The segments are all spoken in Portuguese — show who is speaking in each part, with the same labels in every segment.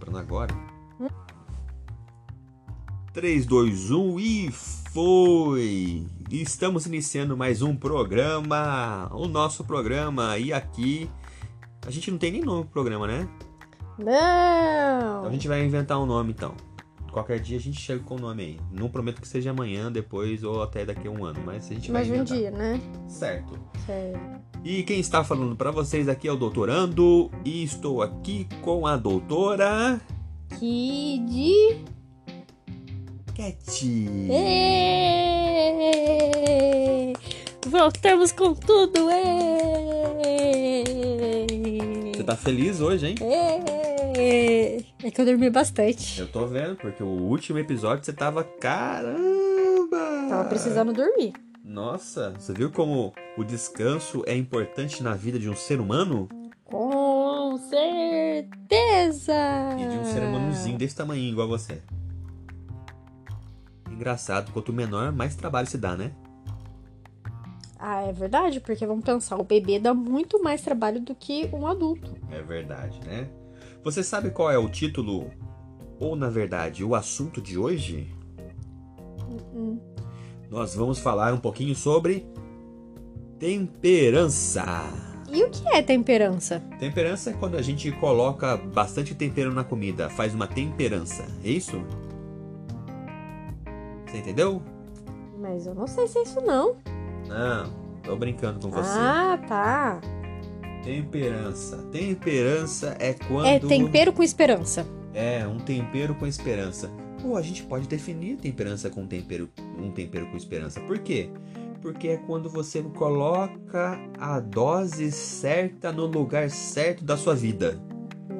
Speaker 1: começando agora. 3, 2, 1 e foi! Estamos iniciando mais um programa, o nosso programa. E aqui, a gente não tem nem nome pro programa, né? Então
Speaker 2: Não!
Speaker 1: a gente vai inventar um nome então. Qualquer dia a gente chega com o nome aí. Não prometo que seja amanhã, depois ou até daqui a um ano, mas a gente vai tá?
Speaker 2: Mas um
Speaker 1: inventar.
Speaker 2: dia, né?
Speaker 1: Certo.
Speaker 2: Sei.
Speaker 1: E quem está falando pra vocês aqui é o doutorando e estou aqui com a doutora
Speaker 2: Kid!
Speaker 1: Cat.
Speaker 2: Ê! Voltamos com tudo! Ê!
Speaker 1: Você tá feliz hoje, hein?
Speaker 2: Ê! É que eu dormi bastante.
Speaker 1: Eu tô vendo, porque o último episódio você tava caramba.
Speaker 2: Tava precisando dormir.
Speaker 1: Nossa, você viu como o descanso é importante na vida de um ser humano?
Speaker 2: Com certeza!
Speaker 1: E de um
Speaker 2: É.
Speaker 1: ser humanozinho desse tamanho, igual você. Engraçado, quanto menor, mais trabalho se dá, né?
Speaker 2: Ah, é verdade, porque vamos pensar, o bebê dá muito mais trabalho do que um adulto.
Speaker 1: É verdade, né? Você sabe qual é o título, ou na verdade, o assunto de hoje?
Speaker 2: Hum.
Speaker 1: Nós vamos falar um pouquinho sobre temperança.
Speaker 2: E o que é temperança?
Speaker 1: Temperança é quando a gente coloca bastante tempero na comida, faz uma temperança, é isso? Você entendeu?
Speaker 2: Mas eu não sei se é isso não.
Speaker 1: Não, tô brincando com você.
Speaker 2: Ah, tá.
Speaker 1: Temperança. Temperança é quando.
Speaker 2: É tempero com esperança.
Speaker 1: É, um tempero com esperança. Ou a gente pode definir temperança com tempero, um tempero com esperança. Por quê? Porque é quando você coloca a dose certa no lugar certo da sua vida.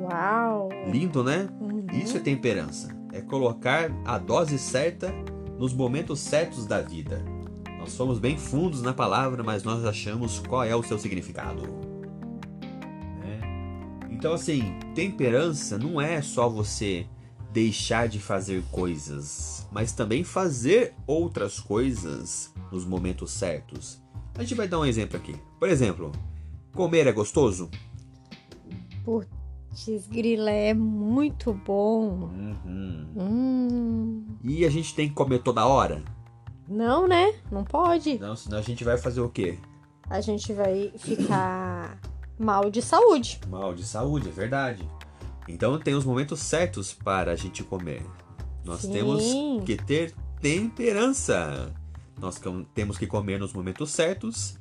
Speaker 2: Uau.
Speaker 1: Lindo, né?
Speaker 2: Uhum.
Speaker 1: Isso é temperança. É colocar a dose certa nos momentos certos da vida. Nós somos bem fundos na palavra, mas nós achamos qual é o seu significado. Né? Então, assim, temperança não é só você deixar de fazer coisas, mas também fazer outras coisas nos momentos certos. A gente vai dar um exemplo aqui. Por exemplo, comer é gostoso?
Speaker 2: Putz, grila é muito bom.
Speaker 1: Uhum.
Speaker 2: Hum.
Speaker 1: E a gente tem que comer toda hora?
Speaker 2: Não, né? Não pode.
Speaker 1: Não, senão a gente vai fazer o quê?
Speaker 2: A gente vai ficar mal de saúde.
Speaker 1: Mal de saúde, é verdade. Então tem os momentos certos para a gente comer. Nós
Speaker 2: Sim.
Speaker 1: temos que ter temperança. Nós com- temos que comer nos momentos certos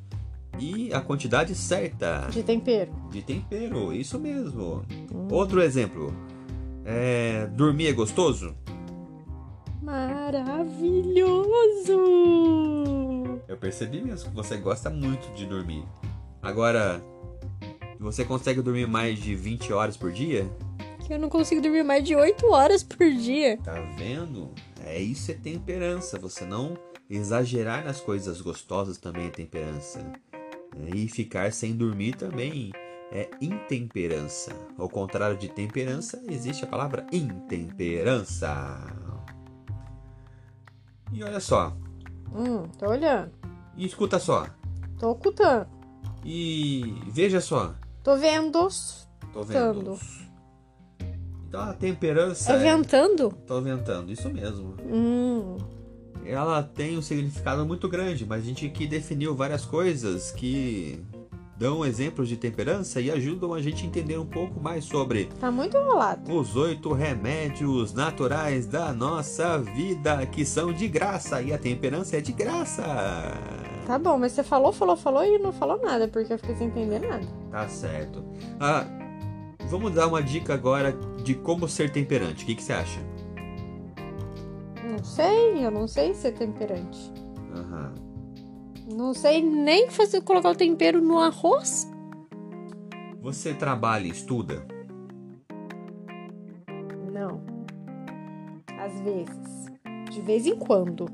Speaker 1: e a quantidade certa
Speaker 2: De tempero.
Speaker 1: de tempero, isso mesmo.
Speaker 2: Hum.
Speaker 1: Outro exemplo. É, dormir é gostoso?
Speaker 2: Maravilhoso.
Speaker 1: Eu percebi mesmo que você gosta muito de dormir. Agora, você consegue dormir mais de 20 horas por dia?
Speaker 2: Que eu não consigo dormir mais de 8 horas por dia.
Speaker 1: Tá vendo? É isso é temperança. Você não exagerar nas coisas gostosas também é temperança. E ficar sem dormir também é intemperança. Ao contrário de temperança, existe a palavra intemperança. E olha só,
Speaker 2: Hum, tô olhando.
Speaker 1: e escuta só,
Speaker 2: Tô ocultando.
Speaker 1: e veja só.
Speaker 2: Tô vendo.
Speaker 1: Tô vendo.
Speaker 2: Tando.
Speaker 1: Então a temperança.
Speaker 2: É
Speaker 1: é-
Speaker 2: ventando?
Speaker 1: Tô ventando, isso mesmo.
Speaker 2: Hum.
Speaker 1: ela tem um significado muito grande, mas a gente aqui definiu várias coisas que dão exemplos de temperança e ajudam a gente a entender um pouco mais sobre
Speaker 2: Tá muito enrolado.
Speaker 1: os oito remédios naturais da nossa vida que são de graça e a temperança é de graça.
Speaker 2: Tá bom, mas você falou, falou, falou e não falou nada, porque eu fiquei sem entender nada.
Speaker 1: Tá certo. Ah, vamos dar uma dica agora de como ser temperante. O que, que você acha?
Speaker 2: Não sei, eu não sei ser temperante.
Speaker 1: Aham.
Speaker 2: Não sei nem fazer colocar o tempero no arroz.
Speaker 1: Você trabalha e estuda?
Speaker 2: Não. Às vezes. De vez em quando.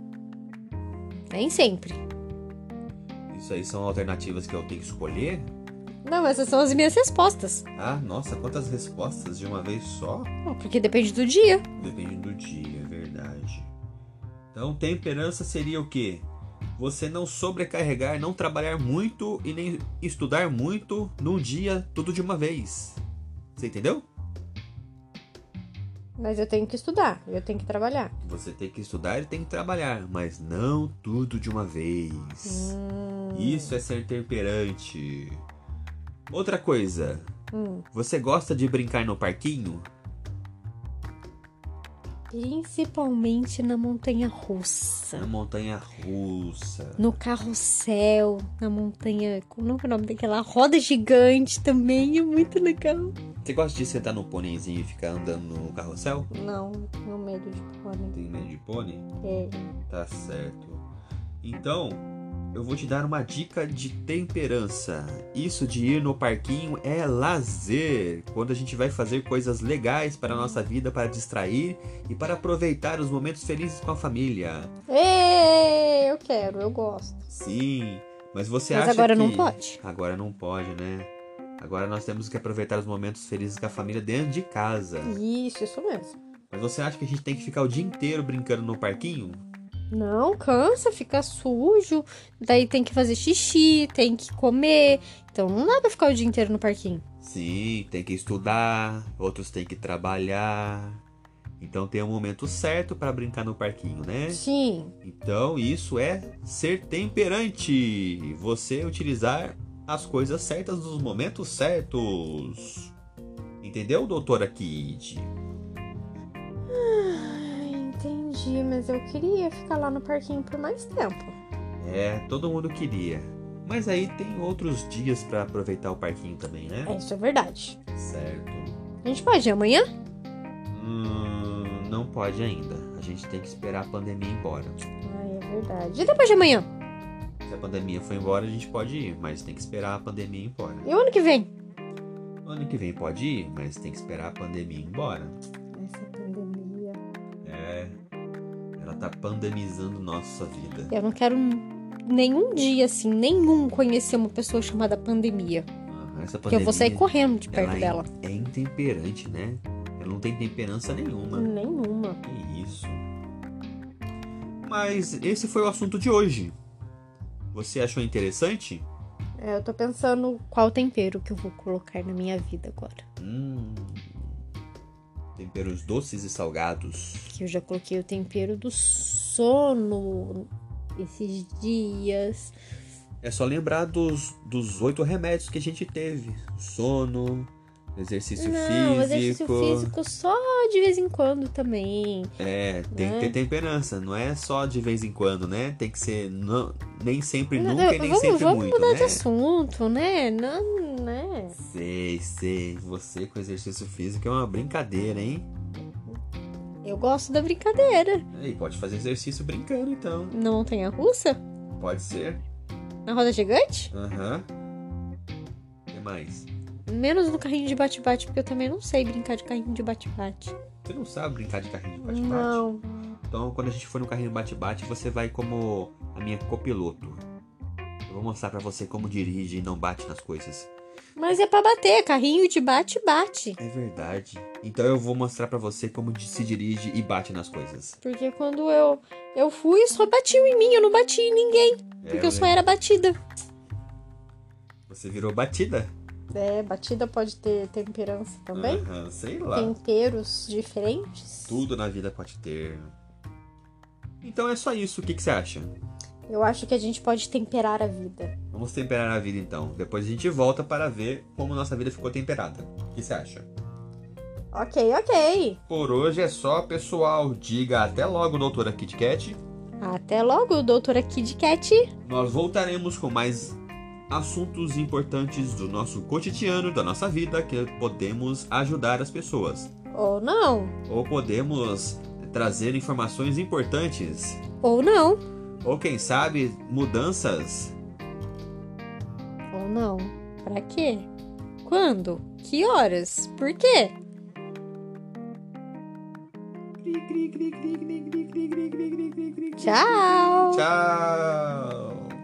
Speaker 2: Nem sempre.
Speaker 1: Isso aí são alternativas que eu tenho que escolher?
Speaker 2: Não, essas são as minhas respostas.
Speaker 1: Ah, nossa, quantas respostas de uma vez só?
Speaker 2: Não, Porque depende do dia.
Speaker 1: Depende do dia, é verdade. Então, temperança seria o quê? Você não sobrecarregar, não trabalhar muito e nem estudar muito num dia, tudo de uma vez. Você entendeu?
Speaker 2: Mas eu tenho que estudar, eu tenho que trabalhar.
Speaker 1: Você tem que estudar e tem que trabalhar, mas não tudo de uma vez.
Speaker 2: Hum,
Speaker 1: Isso é ser temperante. Outra coisa,
Speaker 2: hum.
Speaker 1: você gosta de brincar no parquinho?
Speaker 2: Principalmente na montanha russa.
Speaker 1: Na montanha russa.
Speaker 2: No carrossel, na montanha. Como é o nome daquela roda gigante também? É muito legal.
Speaker 1: Você gosta de sentar no pôneizinho e ficar andando no carrossel?
Speaker 2: Não, tenho medo de pônei.
Speaker 1: Tem medo de pônei?
Speaker 2: É.
Speaker 1: Tá certo. Então, eu vou te dar uma dica de temperança. Isso de ir no parquinho é lazer. Quando a gente vai fazer coisas legais para a nossa vida, para distrair e para aproveitar os momentos felizes com a família.
Speaker 2: Ê, eu quero, eu gosto.
Speaker 1: Sim, mas você
Speaker 2: Mas
Speaker 1: acha
Speaker 2: agora
Speaker 1: que...
Speaker 2: não pode.
Speaker 1: Agora não pode, né? Agora nós temos que aproveitar os momentos felizes com a família dentro de casa.
Speaker 2: Isso, isso mesmo.
Speaker 1: Mas você acha que a gente tem que ficar o dia inteiro brincando no parquinho?
Speaker 2: Não, cansa, fica sujo. Daí tem que fazer xixi, tem que comer. Então não dá pra ficar o dia inteiro no parquinho.
Speaker 1: Sim, tem que estudar, outros têm que trabalhar. Então tem um momento certo para brincar no parquinho, né?
Speaker 2: Sim.
Speaker 1: Então isso é ser temperante. Você utilizar as coisas certas nos momentos certos. Entendeu, doutora Kid?
Speaker 2: Ai, Ah, entendi, mas eu queria ficar lá no parquinho por mais tempo.
Speaker 1: É, todo mundo queria. Mas aí tem outros dias para aproveitar o parquinho também,
Speaker 2: É,
Speaker 1: né?
Speaker 2: isso é verdade.
Speaker 1: Certo.
Speaker 2: A gente pode ir amanhã?
Speaker 1: Hum, não pode ainda. A gente tem que esperar a pandemia ir embora.
Speaker 2: Ai, é verdade. E depois de amanhã?
Speaker 1: Se a pandemia for embora, a gente pode ir, mas tem que esperar a pandemia ir embora.
Speaker 2: E o ano que vem?
Speaker 1: Ano que vem pode ir, mas tem que esperar a pandemia ir embora.
Speaker 2: Essa pandemia.
Speaker 1: É. Ela tá pandemizando nossa vida.
Speaker 2: Eu não quero nenhum dia, assim, nenhum conhecer uma pessoa chamada pandemia.
Speaker 1: Ah, Essa
Speaker 2: Porque
Speaker 1: pandemia
Speaker 2: eu vou sair correndo de perto
Speaker 1: ela é-
Speaker 2: dela.
Speaker 1: é intemperante, né? Ela não tem temperança nenhuma.
Speaker 2: Nenhuma.
Speaker 1: Que isso. Mas esse foi o assunto de hoje. Você achou interessante?
Speaker 2: É, eu tô pensando qual tempero que eu vou colocar na minha vida agora.
Speaker 1: Hum. Temperos doces e salgados.
Speaker 2: Que eu já coloquei o tempero do sono esses dias.
Speaker 1: É só lembrar dos, dos oito remédios que a gente teve: sono, exercício
Speaker 2: não,
Speaker 1: físico.
Speaker 2: exercício físico só de vez em quando também.
Speaker 1: É, tem que
Speaker 2: né?
Speaker 1: ter temperança, não é só de vez em quando, né? Tem que ser não, nem sempre
Speaker 2: Não,
Speaker 1: nunca e nem
Speaker 2: vamos
Speaker 1: sempre
Speaker 2: vamos
Speaker 1: muito,
Speaker 2: mudar
Speaker 1: né?
Speaker 2: de assunto, né? Não, né?
Speaker 1: Sei, sei. Você com exercício físico é uma brincadeira, hein?
Speaker 2: Eu gosto da brincadeira.
Speaker 1: Aí, pode fazer exercício brincando, então.
Speaker 2: Na montanha russa?
Speaker 1: Pode ser.
Speaker 2: Na roda gigante?
Speaker 1: Aham. O que mais?
Speaker 2: Menos no carrinho de bate-bate, porque eu também não sei brincar de carrinho de bate-bate.
Speaker 1: Você não sabe brincar de carrinho de bate-bate?
Speaker 2: Não.
Speaker 1: Então, quando a gente for no carrinho bate-bate, você vai como a minha copiloto. Eu vou mostrar pra você como dirige e não bate nas coisas.
Speaker 2: Mas é pra bater, carrinho de bate-bate.
Speaker 1: É verdade. Então eu vou mostrar pra você como di- se dirige e bate nas coisas.
Speaker 2: Porque quando eu, eu fui, só batiam em mim, eu não bati em ninguém,
Speaker 1: É,
Speaker 2: porque eu só
Speaker 1: né?
Speaker 2: era batida.
Speaker 1: Você virou batida?
Speaker 2: É, batida pode ter temperança também.
Speaker 1: Aham, sei lá.
Speaker 2: Temperos diferentes.
Speaker 1: É, Tudo na vida pode ter. Então é só isso. O que, que você acha?
Speaker 2: Eu acho que a gente pode temperar a vida.
Speaker 1: Vamos temperar a vida então. Depois a gente volta para ver como nossa vida ficou temperada. O que você acha?
Speaker 2: Ok, ok.
Speaker 1: Por hoje é só, pessoal. Diga até logo, doutora Kit Kat.
Speaker 2: Até logo, doutora Kid Cat.
Speaker 1: Nós voltaremos com mais assuntos importantes do nosso cotidiano, da nossa vida, que podemos ajudar as pessoas.
Speaker 2: Ou não.
Speaker 1: Ou podemos trazer informações importantes.
Speaker 2: Ou não.
Speaker 1: Ou quem sabe, mudanças.
Speaker 2: Ou não. Pra quê? Quando? Que horas? Por quê? Tchau!
Speaker 1: Tchau!